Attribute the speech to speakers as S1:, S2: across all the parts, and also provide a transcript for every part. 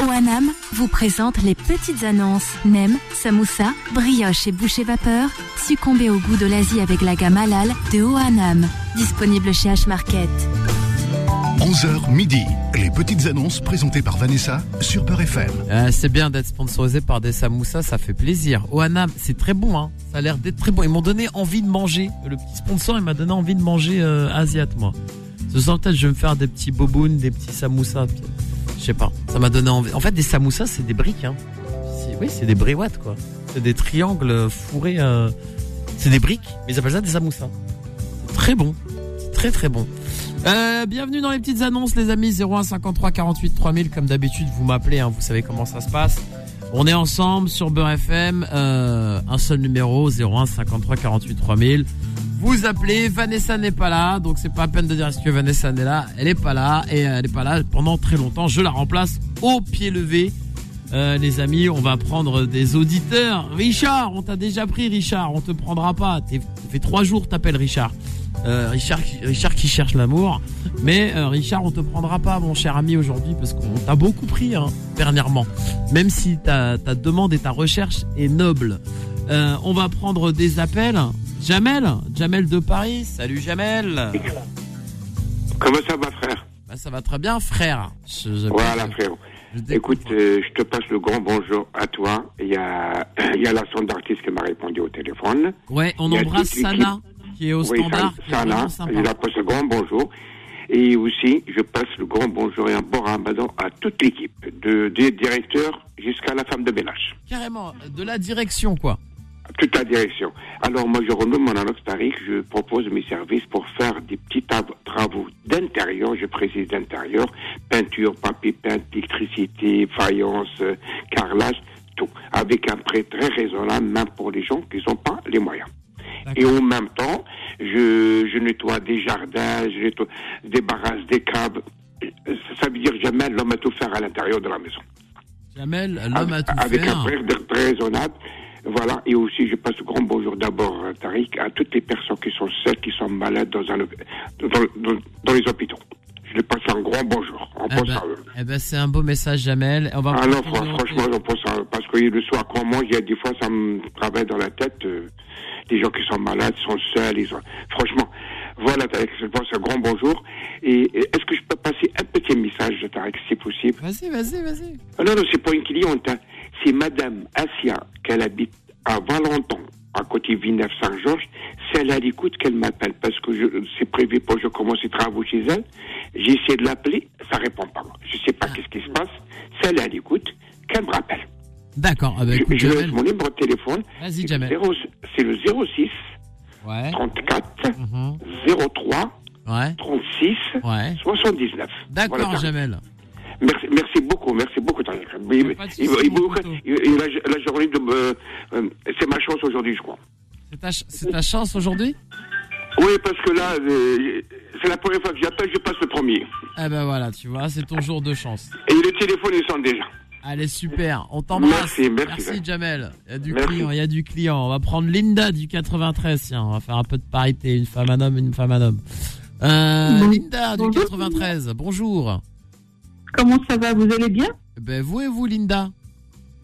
S1: OANAM vous présente les petites annonces. Nem, samoussa, brioche et boucher vapeur. Succombez au goût de l'Asie avec la gamme halal de OANAM. Disponible chez H-Market.
S2: 11h midi, les petites annonces présentées par Vanessa sur Peur FM.
S3: Euh, c'est bien d'être sponsorisé par des samoussas, ça fait plaisir. Oana, c'est très bon, hein. ça a l'air d'être très bon. Ils m'ont donné envie de manger. Le petit sponsor, il m'a donné envie de manger euh, asiat, moi. Ce soir, peut-être, je vais me faire des petits bobounes, des petits samoussas. Je sais pas, ça m'a donné envie. En fait, des samoussas, c'est des briques. Hein. C'est- Oui, c'est des bréouates, quoi. C'est des triangles fourrés. euh, C'est des briques, mais ils appellent ça des samoussas. C'est Très bon, C'est très très bon. Euh, bienvenue dans les petites annonces, les amis. 01 53 48 3000, comme d'habitude, vous m'appelez, hein, vous savez comment ça se passe. On est ensemble sur Beurre FM, euh, un seul numéro, 01 53 48 3000. Vous appelez, Vanessa n'est pas là, donc c'est pas à peine de dire est-ce que Vanessa n'est là. Elle est pas là, et elle est pas là pendant très longtemps. Je la remplace au pied levé. Euh, les amis, on va prendre des auditeurs. Richard, on t'a déjà pris, Richard. On te prendra pas. T'es- Ça fait trois jours que t'appelles Richard. Euh, Richard, qui- Richard qui cherche l'amour. Mais euh, Richard, on te prendra pas, mon cher ami, aujourd'hui, parce qu'on t'a beaucoup pris hein, dernièrement. Même si ta, ta demande et ta recherche est noble. Euh, on va prendre des appels. Jamel, Jamel de Paris. Salut Jamel.
S4: Comment ça va, frère
S3: Bah, ça va très bien, frère. Je- je-
S4: Voilà, frère.
S3: je t'écoute.
S4: Écoute, euh, je te passe le grand bonjour à toi. Il y a, il y a la sonde d'artiste qui m'a répondu au téléphone.
S3: Ouais, on
S4: Il y a
S3: embrasse
S4: toute l'équipe.
S3: Sana qui est au
S4: oui,
S3: standard. qui est
S4: ça, ça
S3: vraiment
S4: là,
S3: sympa.
S4: je la passe le grand bonjour. Et aussi, je passe le grand bonjour et un bon ramadan à toute l'équipe, de, des directeurs jusqu'à la femme de Bélache,
S3: Carrément, de la direction quoi.
S4: toute la direction. Alors moi, je renomme mon annexe Tariq, je propose mes services pour faire des petits tav- travaux d'intérieur, je précise d'intérieur, peinture, papier peint, électricité, faïence, euh, carrelage, tout, avec un prêt très raisonnable, même pour les gens qui n'ont pas les moyens. Et en même temps, je, je nettoie des jardins, je nettoie des barrages, des caves. Ça veut dire jamais l'homme à tout faire à l'intérieur de la maison.
S3: Jamel, l'homme à tout hein.
S4: Avec
S3: faire. Eh
S4: un frère de- très raisonnable. Voilà, et aussi je passe le grand bonjour d'abord, euh, Tariq, à toutes les personnes qui sont seules, qui sont malades dans, un, hôp- dans, dans- dans les hôpitaux. Je leur passe un grand bonjour. On
S3: Eh
S4: pense
S3: ben,
S4: à eux.
S3: eh ben, c'est un beau message Jamel. On va
S4: Ah non,
S3: prendre
S4: fran-
S3: une
S4: franchement, on pense à eux. Parce que le soir, quand on mange, il y a des fois, ça me travaille dans la tête. euh, les gens qui sont malades sont seuls. Ils sont... Franchement, voilà, Tariq, je pense un grand bonjour. Et, et est-ce que je peux passer un petit message, Tariq, si possible
S3: Vas-y, vas-y, vas-y.
S4: ah Non, non, c'est pas une cliente. hein. C'est Madame Assia, qu'elle habite à Valenton, à côté Villeneuve-Saint-Georges. C'est elle à l'écoute qu'elle m'appelle parce que je- c'est prévu pour que je commence les travaux chez elle. J'ai essayé de l'appeler, ça répond pas. Je sais
S3: Ah.
S4: pas qu'est-ce qui se passe. C'est elle à l'écoute qu'elle me rappelle.
S3: D'accord, ah ben,
S4: Je,
S3: écoute,
S4: je laisse
S3: Jamel.
S4: mon numéro de téléphone.
S3: Vas-y,
S4: C'est le
S3: Jamel.
S4: 0 C'est le 06
S3: Ouais.
S4: 34
S3: mhm,
S4: 03
S3: Ouais.
S4: 36
S3: Ouais.
S4: 79.
S3: D'accord,
S4: Voilà,
S3: Jamel.
S4: Merci, merci beaucoup, merci beaucoup, Tariq. Mais-
S3: Y a pas de
S4: il-
S3: souci,
S4: il-
S3: mon
S4: il-
S3: poteau.
S4: il- il- la, la journée de. euh, euh, c'est ma chance aujourd'hui, je crois.
S3: C'est ta, ch- c'est ta chance aujourd'hui
S4: Oui, parce que là, euh, c'est la première fois que j'appelle, je passe le premier.
S3: Eh ben voilà, tu vois, c'est ton jour de chance.
S4: Et le téléphone, il sonne déjà.
S3: Allez, super. On t'embrasse.
S4: Merci, merci, Jamel.
S3: Jamel. Il y a du
S4: Merci.
S3: client, il y a du client. On va prendre Linda du 93. Tiens, on va faire un peu de parité. Une femme, un homme, une femme, un homme. Euh,
S5: Bonjour.
S3: Linda du 93. Bonjour.
S5: Comment ça va Vous allez bien
S3: Eh Ben, vous et vous, Linda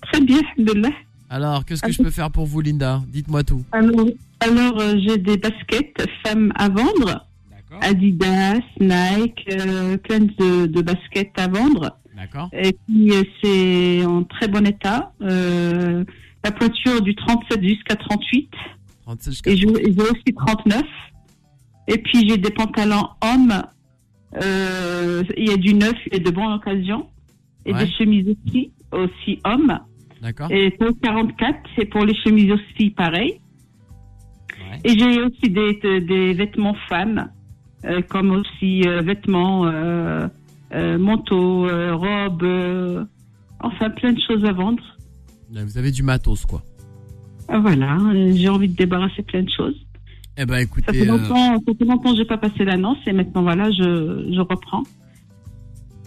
S5: Très bien, alhamdoulilah.
S3: Alors, qu'est-ce que je peux faire pour vous, Linda Dites-moi tout.
S5: Alors, alors euh, j'ai des baskets femmes à vendre,
S3: D'accord.
S5: Adidas, Nike, euh, plein de, de baskets à vendre.
S3: D'accord.
S5: Et puis, euh, c'est en très bon état. Euh, la pointure du 37 jusqu'à 38.
S3: 37 jusqu'à
S5: Et je- et j'ai aussi 39. Et puis, j'ai des pantalons hommes. Euh, Il y a du neuf et de bonnes occasions. Et
S3: Ouais.
S5: des chemises aussi, aussi hommes.
S3: D'accord.
S5: Et pour 44, c'est pour les chemises aussi, pareil.
S3: Ouais.
S5: Et j'ai aussi des, des- des vêtements femmes, euh, comme aussi euh, vêtements, euh, euh, manteaux, euh, robes, euh, enfin plein de choses à vendre.
S3: Là, Vous avez du matos, quoi.
S5: Ah, Voilà, euh, j'ai envie de débarrasser plein de choses.
S3: Eh ben,
S5: Ça
S3: écoutez,
S5: fait
S3: euh,
S5: longtemps, ça fait longtemps que j'ai pas passé l'annonce et maintenant voilà, je, je reprends.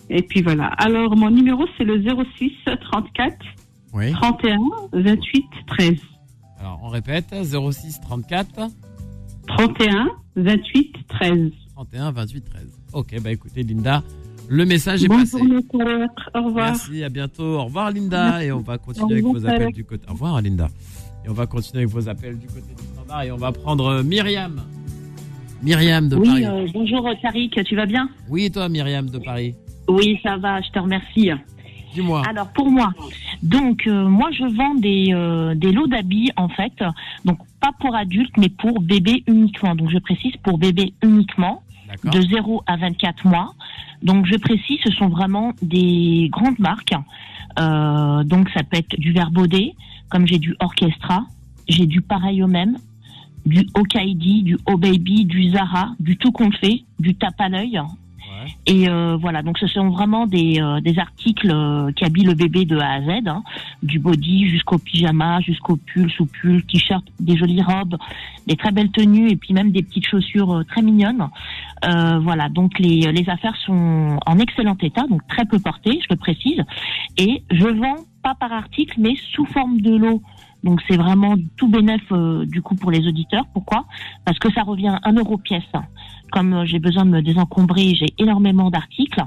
S5: Et puis voilà. Alors mon numéro c'est le 06 34
S3: euh, oui.
S5: 31 28 13.
S3: Alors, on répète 06 34
S5: 31 28 13.
S3: 31 28 13. Ok, bah écoutez, Linda, Le message est
S6: Bonne
S3: passé.
S6: journée, Tarek. Au revoir.
S3: Merci, à bientôt. Au revoir Linda. Et on va
S6: Au
S3: continuer avec
S6: revoir,
S3: vos appels
S6: Tarek.
S3: du côté. Au revoir Linda. Et on va continuer avec vos appels du côté du standard. Et on va prendre euh, Myriam. Myriam de
S7: Oui,
S3: Paris.
S7: euh, bonjour euh, Tariq, tu vas bien
S3: Oui, et toi Myriam de Paris
S7: Oui, ça va, je te remercie.
S3: Ah. Dis-moi.
S5: Ah.
S7: Alors pour moi, donc euh, moi je vends des, euh, des lots d'habits en fait, donc pas pour adultes mais pour bébés uniquement. Donc je précise pour bébés uniquement
S3: D'accord.
S7: de 0 à 24 mois. Donc je précise, ce sont vraiment des grandes marques. Euh, donc ça peut être du Verbaudet, comme j'ai du Orchestra, j'ai du Pareil au même, du Okaidi, du Oh Baby, du Zara, du Tout Compte Fait, du Tape à l'œil.
S3: Ouais.
S7: Et euh, voilà, donc ce sont vraiment des, euh, des articles euh, qui habillent le bébé de A à Z, hein, du body jusqu'au pyjama, jusqu'au pull, sous-pull, t-shirt, des jolies robes, des très belles tenues et puis même des petites chaussures euh, très mignonnes. Euh, voilà, donc les, les affaires sont en excellent état, donc très peu portées, je le précise. Et je vends pas par article, mais sous forme de lot. Donc c'est vraiment tout bénef euh, du coup pour les auditeurs. Pourquoi Parce que ça revient à un euro pièce comme euh, j'ai besoin de me désencombrer, j'ai énormément d'articles.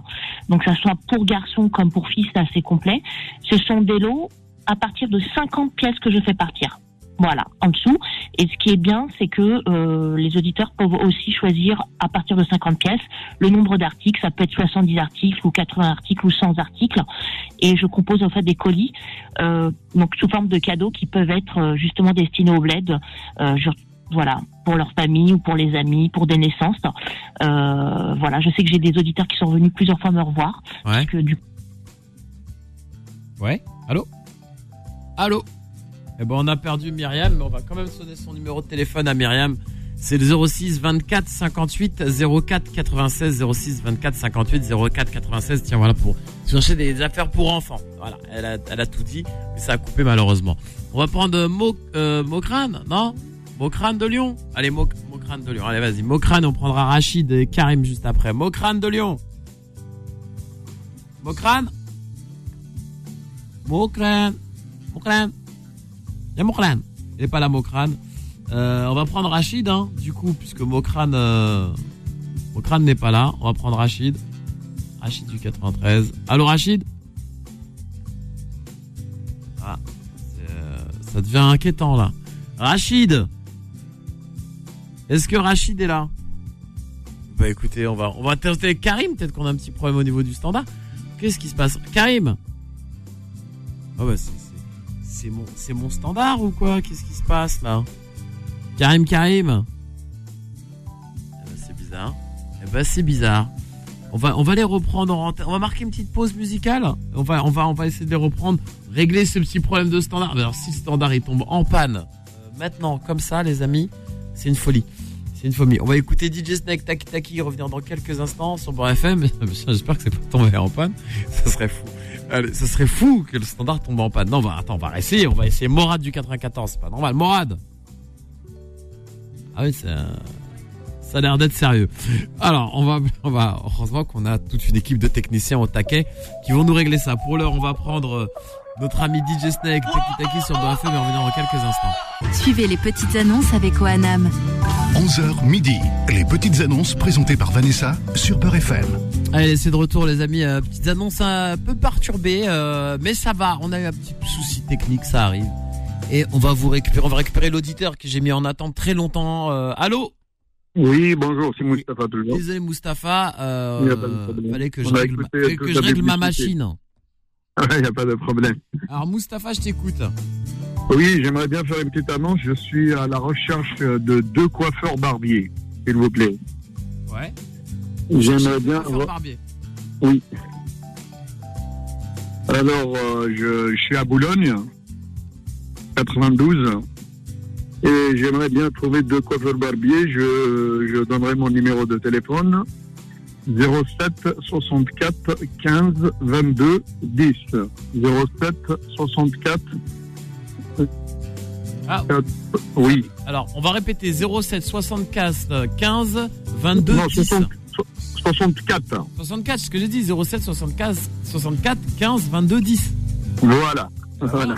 S7: Donc, ça soit pour garçons comme pour filles, c'est assez complet. Ce sont des lots à partir de 50 pièces que je fais partir. Voilà, en dessous. Et ce qui est bien, c'est que euh, les auditeurs peuvent aussi choisir à partir de 50 pièces le nombre d'articles. Ça peut être 70 articles ou 80 articles ou 100 articles. Et je compose en fait des colis, euh, donc sous forme de cadeaux qui peuvent être euh, justement destinés au bled. Euh, je- voilà, pour leur famille ou pour les amis, pour des naissances. Euh, voilà, je sais que j'ai des auditeurs qui sont venus plusieurs fois me revoir.
S3: Ouais.
S7: Que du
S3: Ouais. Allô Allô Eh ben, on a perdu Myriam, mais on va quand même sonner son numéro de téléphone à Myriam. C'est le 06 24 58 04 96 06 24 58 04 96. Tiens, voilà pour chercher des affaires pour enfants. Voilà, elle a, elle a tout dit, mais ça a coupé malheureusement. On va prendre euh, Mo, euh, Mokrane, non Mokrane de Lyon. Allez, Mo, Mokrane de Lyon. Allez, vas-y, Mokrane, on prendra Rachid et Karim juste après. Mokrane de Lyon. Mokrane Mokrane. Mokrane. Il y a Mokrane. Il n'est pas là, Mokrane. Euh, on va prendre Rachid, hein, du coup, puisque Mokrane, euh, Mokrane n'est pas là. On va prendre Rachid. Rachid du 93. Allô, Rachid Ah, c'est, euh, ça devient inquiétant, là. Rachid Est-ce que Rachid est là Bah écoutez, on va, on va tester Karim. Peut-être qu'on a un petit problème au niveau du standard. Qu'est-ce qui se passe Karim ah bah c'est- c'est- c'est mon, c'est mon standard ou quoi Qu'est-ce qui se passe là Karim Karim Eh bah, C'est bizarre. Eh bah c'est bizarre. On va, on va les reprendre en antenne. On va marquer une petite pause musicale. On va, on va, on va essayer de les reprendre, régler ce petit problème de standard. Mais Alors si le standard il tombe en panne, euh, maintenant comme ça les amis, c'est une folie. C'est une folie. On va écouter DJ Snake Taki Taki revenir dans quelques instants sur Beurre FM. J'espère que c'est pas tombé en panne. Ça serait fou. Allez, ça serait fou que le standard tombe en panne. Non, on va, attends, on va essayer. On va essayer Morad du 94. C'est pas normal. Morad Ah oui, ça, ça a l'air d'être sérieux. Alors, on va, on va, heureusement qu'on a toute une équipe de techniciens au taquet qui vont nous régler ça. Pour l'heure, on va prendre euh, notre ami DJ Snake, Taki Taki sur BFM et revenir dans quelques instants.
S1: Suivez les petites annonces avec OANAM.
S2: 11h midi, les petites annonces présentées par Vanessa sur Peur FM.
S3: Allez, c'est de retour les amis. Euh, petites annonces un peu perturbées, euh, mais ça va. On a eu un petit souci technique, ça arrive. Et on va vous récupérer. On va récupérer l'auditeur que j'ai mis en attente très longtemps. Euh, allô
S8: Oui, bonjour, c'est Moustapha toujours.
S3: Désolé Moustapha, euh,
S8: Il y a pas de problème.
S3: fallait que
S8: On
S3: je
S8: a
S3: règle, ma,
S8: écouté
S3: que-
S8: toute
S3: que je
S8: la
S3: règle ma
S8: publicité.
S3: machine.
S8: Il n'y a pas de problème.
S3: Alors Moustapha, je t'écoute.
S8: Oui, j'aimerais bien faire une petite annonce. Je suis à la recherche de deux coiffeurs barbiers, s'il vous plaît.
S3: Ouais.
S8: J'aimerais bien.
S3: Coiffeur barbier.
S8: Alors, euh, je, je suis à Boulogne, 92, et j'aimerais bien trouver deux coiffeurs barbiers. Je, je donnerai mon numéro de téléphone 07 64 15 22 10. 07 64.
S3: Ah.
S8: Euh, Oui.
S3: Alors, on va répéter 07 75 15 22
S8: non,
S3: 10.
S8: 60 64.
S3: 64, c'est ce que j'ai dit 07 75 64 15 22 10.
S8: Voilà.
S3: Ah,
S8: Voilà.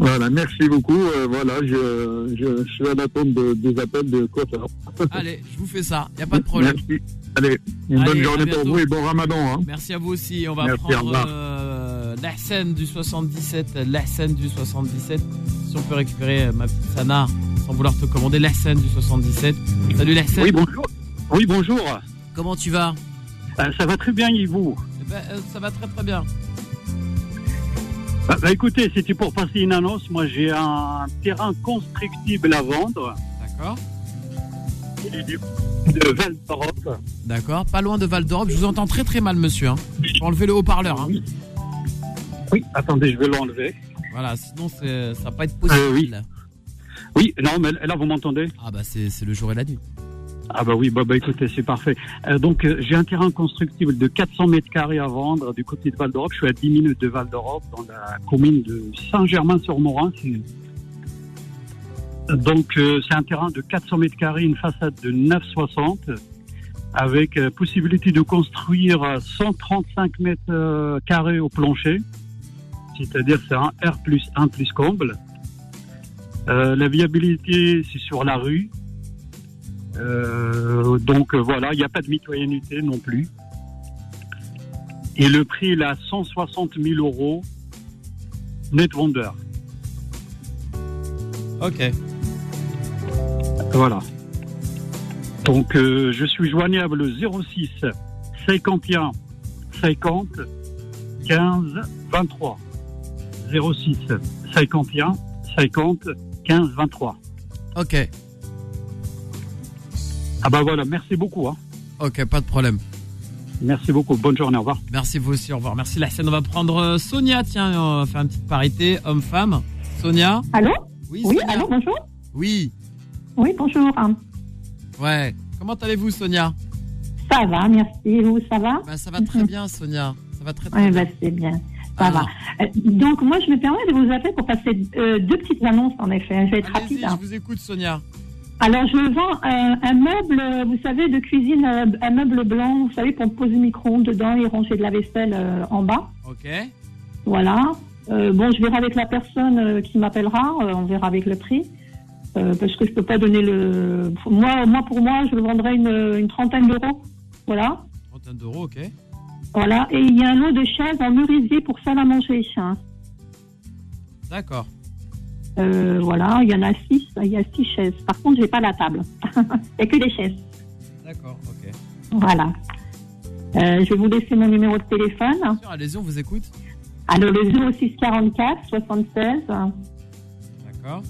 S8: Voilà, merci beaucoup. Euh, voilà, je, je, je suis à l'attente de- des appels de coiffeurs.
S3: Allez, je vous fais ça, il n'y a pas de problème.
S8: Merci. Allez, une
S3: Allez,
S8: bonne
S3: à
S8: journée pour
S3: bientôt.
S8: vous et bon ramadan. Hein.
S3: Merci à vous aussi. On va
S8: Merci, au
S3: prendre
S8: revoir.
S3: euh, la scène du 77. La scène du 77. Si on peut récupérer euh, ma petite Sana sans vouloir te commander, la scène du 77. Salut la scène.
S9: Oui, bonjour. Oui, bonjour.
S3: Comment tu vas
S9: Euh, ça va très bien, Yvou.
S3: Eh ben, euh, Ça va très très bien.
S9: Bah, bah, écoutez, c'était pour passer une annonce. Moi, j'ai un terrain constructible à vendre.
S3: D'accord.
S9: Il est du- de Val d'Europe.
S3: D'accord. Pas loin de Val d'Europe. Je vous entends très très mal, monsieur. Hein. Faut enlever le haut-parleur. hein.
S9: Oui, attendez, je vais l'enlever.
S3: Voilà, sinon c'est- ça va pas être possible.
S8: Ah
S9: Euh, oui. Oui, non, mais là, vous m'entendez
S3: Ah bah c'est c'est le jour et la nuit.
S9: Ah bah oui, bah, bah, écoutez, c'est parfait. Euh, donc, euh, j'ai un terrain constructible de 400 mètres carrés à vendre du côté de Val d'Europe. Je suis à 10 minutes de Val d'Europe, dans la commune de Saint-Germain-sur-Morin. C'est- Donc, euh, c'est un terrain de 400 mètres carrés, une façade de 9,60, avec euh, possibilité de construire euh, 135 mètres euh, carrés au plancher. C'est-à-dire, c'est un R plus 1 plus comble. Euh, la viabilité, c'est sur la rue. Euh, donc euh, voilà, il n'y a pas de mitoyenneté non plus. Et le prix il est à 160 000 euros net vendeur.
S3: Ok.
S9: Voilà. Donc euh, je suis joignable au 06 51 50 15 23. 06 51 50 15 23.
S3: Ok.
S9: Ah bah voilà, merci beaucoup. Hein.
S3: Ok, pas de problème.
S9: Merci beaucoup. Bonne journée, au revoir.
S3: Merci vous aussi, au revoir. Merci la scène. On va prendre euh, Sonia, tiens, on va faire une petite parité homme-femme. Sonia
S5: Allô
S3: Oui,
S5: Oui,
S3: Sonia
S5: allô, bonjour
S3: Oui,
S5: Oui, bonjour.
S3: ouais. Comment allez-vous, Sonia
S5: Ça va, merci. Et Vous, ça va
S3: bah, Ça va très bien, Sonia. Ça va très très
S5: Oui,
S3: bien.
S5: bah, c'est bien. Ça
S3: Ah,
S5: va. Euh, Donc, moi, je me permets de vous appeler pour passer euh, deux petites annonces, en effet. Je vais être
S3: Allez-y,
S5: rapide.
S3: je
S5: hein.
S3: vous écoute, Sonia.
S5: Alors, je vends un, un meuble, euh, vous savez, de cuisine, euh, un meuble blanc, vous savez, pour poser le micro-ondes dedans et ranger de la vaisselle euh, en bas.
S3: Ok.
S5: Voilà. Euh, bon, je verrai avec la personne euh, qui m'appellera. euh, on verra avec le prix. Euh, parce que je peux pas donner le. Moi, moi pour moi, je le vendrai une, euh, une trentaine d'euros. Voilà.
S3: Trentaine d'euros, ok.
S5: Voilà, et il y a un lot de chaises en merisier pour salle à manger. hein.
S3: D'accord.
S5: Euh, voilà, il y en a six, il y a six chaises. Par contre, j'ai pas la table. Il n'y a que des chaises.
S3: D'accord, ok.
S5: Voilà. Euh, je vais vous laisser mon numéro de téléphone.
S3: Sûr, Allez-y, on vous écoute.
S5: Alors, le 06 44 76
S3: D'accord.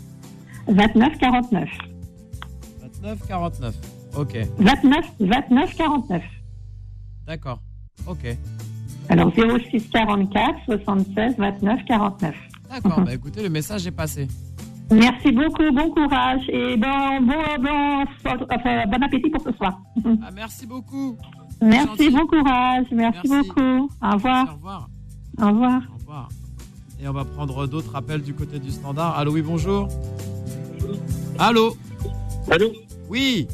S5: 29 49.
S3: 29, 49. Ok.
S5: 29 29 49.
S3: D'accord. Ok.
S5: Alors, 06 44 76 29 49.
S3: D'accord, bah écoutez, le message est passé.
S5: Merci beaucoup, bon courage et bon, bon, bon, enfin, bon appétit pour ce soir.
S3: Ah, merci beaucoup. Gentil.
S5: Merci, bon courage. Merci,
S3: Merci.
S5: beaucoup. Au
S3: Au
S5: revoir.
S3: revoir.
S5: Au revoir.
S3: Au revoir. Et on va prendre d'autres appels du côté du standard. Allô, oui, bonjour. Allô
S8: Allô
S3: Oui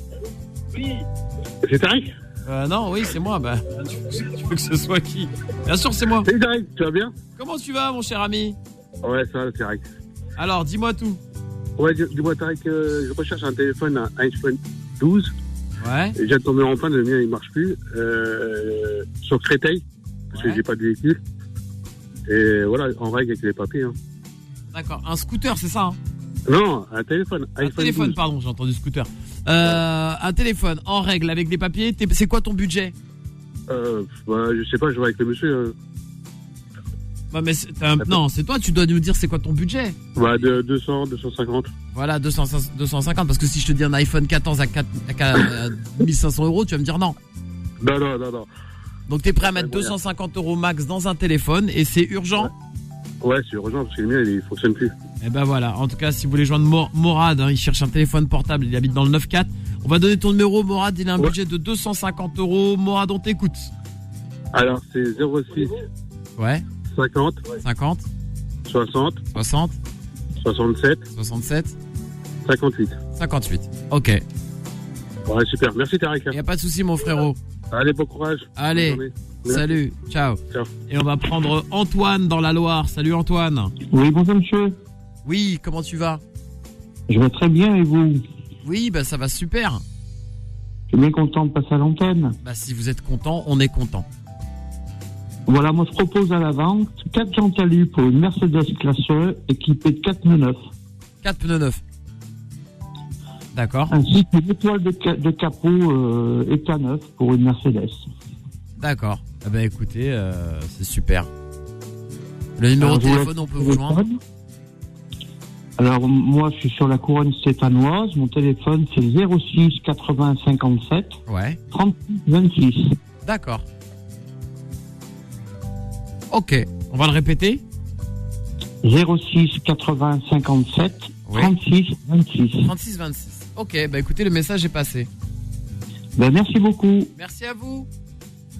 S8: C'est Tariq
S3: Euh, non, oui, c'est moi. Bah, tu, veux- tu veux que ce soit qui Bien sûr, c'est moi.
S8: Salut Tariq, tu vas bien
S3: Comment tu vas, mon cher ami
S8: Ouais, ça va Tariq.
S3: Alors, dis-moi tout.
S8: Ouais, dis- dis-moi Tariq, euh, je recherche un téléphone, un iPhone 12.
S3: Ouais.
S8: Et J'ai tombé en panne, le mien il marche plus. Euh, sur Créteil, parce
S3: Ouais.
S8: que j'ai pas de véhicule. Et voilà, en règle avec les papiers. hein.
S3: D'accord. Un scooter, c'est ça hein
S8: Non, un téléphone.
S3: Un
S8: iPhone
S3: téléphone,
S8: 12.
S3: pardon, j'ai entendu scooter. Euh, un téléphone, en règle, avec des papiers. T'es- C'est quoi ton budget
S8: Euh, bah, je sais pas, je vois avec le monsieur. hein.
S3: bah, mais c'est- t'as un- Non, c'est toi, tu dois nous dire c'est quoi ton budget.
S8: Bah, de 200, 250.
S3: Voilà, 200, 250, parce que si je te dis un iPhone 14 à, 4, à euh, 4, à 1500 euros, tu vas me dire non.
S8: Non, non, non, non.
S3: Donc t'es prêt à mettre
S8: Ouais, voilà.
S3: 250 euros max dans un téléphone et c'est urgent
S8: Ouais, c'est urgent parce que le mien il fonctionne plus.
S3: Et ben voilà, en tout cas, si vous voulez joindre Mor- Morad, hein, il cherche un téléphone portable, il habite dans le 9-4. On va donner ton numéro, Morad, il a un
S8: Ouais.
S3: budget de 250 euros. Morad, on t'écoute.
S8: Alors, c'est 06
S3: Ouais,
S8: 50
S3: 50,
S8: 60
S3: 60,
S8: 67
S3: 67,
S8: 58.
S3: 58. Ok,
S8: Ouais, super. Merci Tariq. hein.
S3: y a pas de souci, mon frérot.
S8: Allez, bon courage.
S3: Allez.
S8: Bonne journée. Merci.
S3: Salut, ciao.
S8: Ciao.
S3: Et on va prendre Antoine dans la Loire. Salut Antoine.
S10: Oui, bonjour monsieur.
S3: Oui, comment tu vas
S11: Je vais très bien et vous
S3: Oui, bah ça va super.
S11: Je suis bien content de passer à l'antenne.
S3: Bah si vous êtes content, on est content.
S11: Voilà, moi je propose à la vente 4 Cantalus pour une Mercedes classe E équipée de 4 pneus neufs,
S3: 4 pneus neufs. D'accord,
S11: ainsi qu'une étoile de, ca- de capot euh, état neuf pour une Mercedes.
S3: d'accord. Ah bah écoutez, euh, c'est super. Le numéro
S11: Alors,
S3: de
S11: je vous
S3: téléphone, on peut vous joindre
S11: Alors moi je suis sur la couronne stéphanoise, mon téléphone c'est 06 80 57
S3: Ouais,
S11: 30 26.
S3: d'accord. Ok, on va le répéter
S11: 06 80 57
S3: Oui.
S11: 36 26.
S3: 3626. Ok, bah écoutez, le message est passé.
S11: Ben, merci beaucoup.
S3: Merci à vous.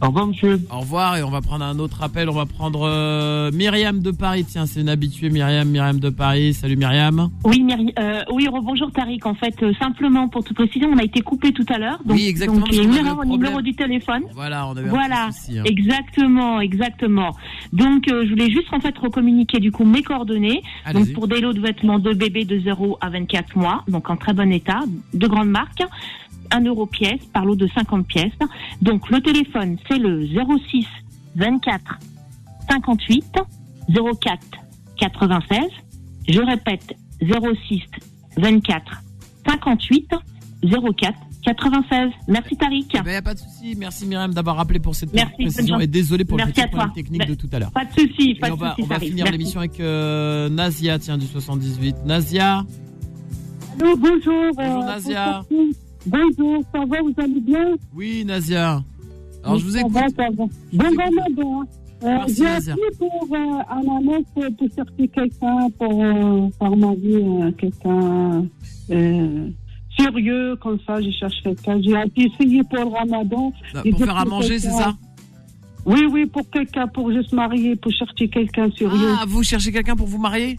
S11: Au revoir monsieur.
S3: Au revoir et on va prendre un autre appel. On va prendre euh, Myriam de Paris. Tiens, c'est une habituée, Myriam. Myriam de Paris. Salut Myriam.
S12: Oui, Myri- euh, oui, rebonjour Tariq. En fait, euh, simplement pour tout préciser, on a été coupé tout à l'heure. Donc,
S3: Oui, exactement,
S12: donc,
S3: parce
S12: il y a
S3: qu'on
S12: une
S3: avait
S12: erreur
S3: un
S12: au numéro
S3: problème.
S12: du téléphone.
S3: Voilà, on avait un
S12: Voilà.
S3: petit souci. hein.
S12: Exactement, exactement. Donc, euh, je voulais juste en fait recommuniquer du coup mes coordonnées.
S3: Allez-y.
S12: Donc, pour des lots de vêtements de bébé de 0 à 24 mois, donc en très bon état, de grandes marques, 1 euro pièce par lot de 50 pièces. Donc, le téléphone, c'est le 06 24 58 04 96. Je répète, 06 24 58 04 96. Merci Tariq.
S3: Eh ben, y a pas de souci. Merci Myriam d'avoir rappelé pour cette
S12: Merci,
S3: petite
S12: bonne
S3: précision
S12: journée.
S3: et désolé pour le
S12: Merci
S3: petit
S12: à
S3: problème
S12: toi. Bah,
S3: technique de tout à l'heure.
S12: Pas de souci, pas
S3: Et
S12: de
S3: eh ben, on va,
S12: souci.
S3: on va
S12: Tariq.
S3: finir
S12: Merci.
S3: l'émission avec euh, Nazia, tiens, du 78. Nazia,
S5: Allô,
S12: euh,
S5: bonjour.
S3: Bonjour, Nazia.
S5: Bonjour, ça va, vous allez bien
S3: oui, Nazia. Alors, je vous
S5: Ça
S3: écoute.
S5: va, ça va.
S3: Je vous
S5: Bon,
S3: écoute.
S5: vraiment bien. Euh,
S3: Merci,
S5: J'ai
S3: Nazia.
S5: appelé pour euh, un annonce pour chercher quelqu'un, pour, euh, par ma vie, euh, quelqu'un euh, sérieux, comme ça, je cherche quelqu'un. J'ai essayé pour le ramadan. Et
S3: Pour
S5: depuis
S3: faire à manger, c'est
S5: quelqu'un-
S3: ça
S5: Oui, oui, pour quelqu'un, pour juste marier, pour chercher quelqu'un sérieux.
S3: Ah, vous cherchez quelqu'un pour vous marier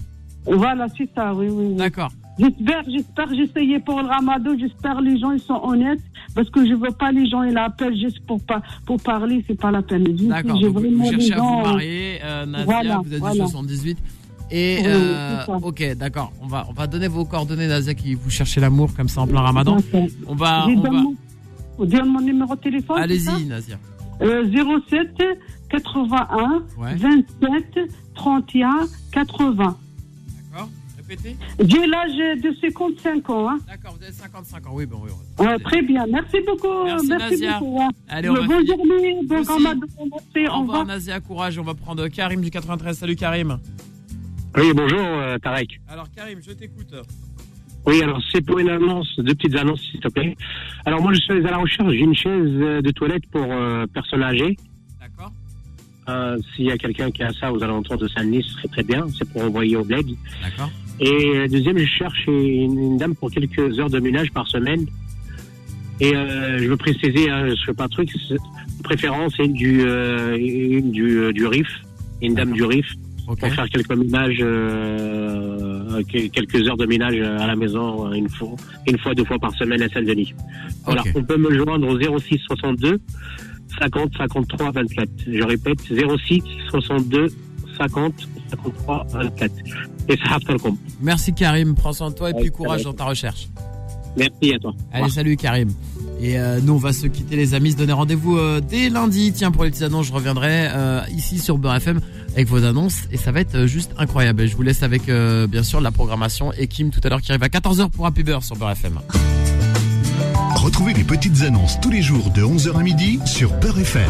S5: Voilà, c'est ça, oui, oui. oui.
S3: D'accord.
S5: J'espère, j'espère, j'essayais pour le ramadan, j'espère les gens ils sont honnêtes parce que je veux pas les gens ils appellent juste pour pas pour parler, c'est pas la peine. Je-
S3: D'accord,
S5: j'ai
S3: donc vous
S5: vraiment
S3: cherchez
S5: les
S3: à vous
S5: gens,
S3: marier, euh, Nazia,
S5: Voilà,
S3: vous êtes du
S5: voilà.
S3: 78. Et
S5: Oui,
S3: euh,
S5: c'est ça.
S3: ok, d'accord. On va on va donner vos coordonnées, Nazia, qui vous cherchez l'amour comme ça en plein Ramadan.
S5: D'accord.
S3: On va
S5: J'ai
S3: Ah, on
S5: donne
S3: va.
S5: mon- on donne mon numéro de téléphone. c'est ça
S3: Allez-y, Nazia.
S5: Euh, 07 81
S3: Ouais.
S5: 27 31 80.
S3: D'accord. Répétez.
S5: J'ai l'âge de 55 ans. Hein.
S3: D'accord, vous avez 55 ans. Oui, bon, oui. on va-
S5: Ouais, très bien, merci beaucoup.
S3: Merci, Nadia.
S5: beaucoup. hein.
S3: Allez, on va
S5: Bonne
S3: finir.
S5: journée, bon
S3: aussi.
S5: ramadan, merci,
S3: Au revoir, Nazia, courage. On va prendre Karim du 93. Salut, Karim.
S8: Oui, bonjour euh, Tarek.
S3: Alors, Karim, je t'écoute.
S8: Oui, alors c'est pour une annonce, deux petites annonces s'il te plaît. Alors moi je suis à la recherche d'une chaise euh, de toilette pour euh, personnes âgées.
S3: D'accord.
S8: Euh, S'il y a quelqu'un qui a ça aux alentours de Saint-Denis, ce serait très bien, c'est pour envoyer au bled.
S3: D'accord.
S8: Et euh, deuxième, je cherche une, une dame pour quelques heures de ménage par semaine. Et euh, je veux préciser, hein, je fais pas un truc, c'est- préférence c'est du, euh, une du, euh, du RIF, une dame du RIF.
S3: Ok.
S8: pour faire quelques ménages, euh, que- quelques heures de ménage à la maison euh, une fois, une fois, deux fois par semaine à Saint-Denis. Voilà,
S3: Ok.
S8: on peut me joindre au 06 62 50 53 24. Je répète, 06 62 50 53 24. Et ça Telkom.
S3: Merci, Karim. Prends soin de toi et
S8: Ouais,
S3: puis
S8: ça
S3: courage
S8: va.
S3: dans ta recherche.
S8: Merci à toi. Au
S3: Allez, salut Karim. Et euh, nous, on va se quitter, les amis, se donner rendez-vous euh, dès lundi. Tiens, pour les petites annonces, je reviendrai euh, ici sur Beurre FM avec vos annonces et ça va être euh, juste incroyable. Et je vous laisse avec, euh, bien sûr, la programmation et Kim tout à l'heure qui arrive à 14h pour Happy Beurre sur Beurre FM.
S2: Retrouvez les petites annonces tous les jours de 11h à midi sur Beurre FM.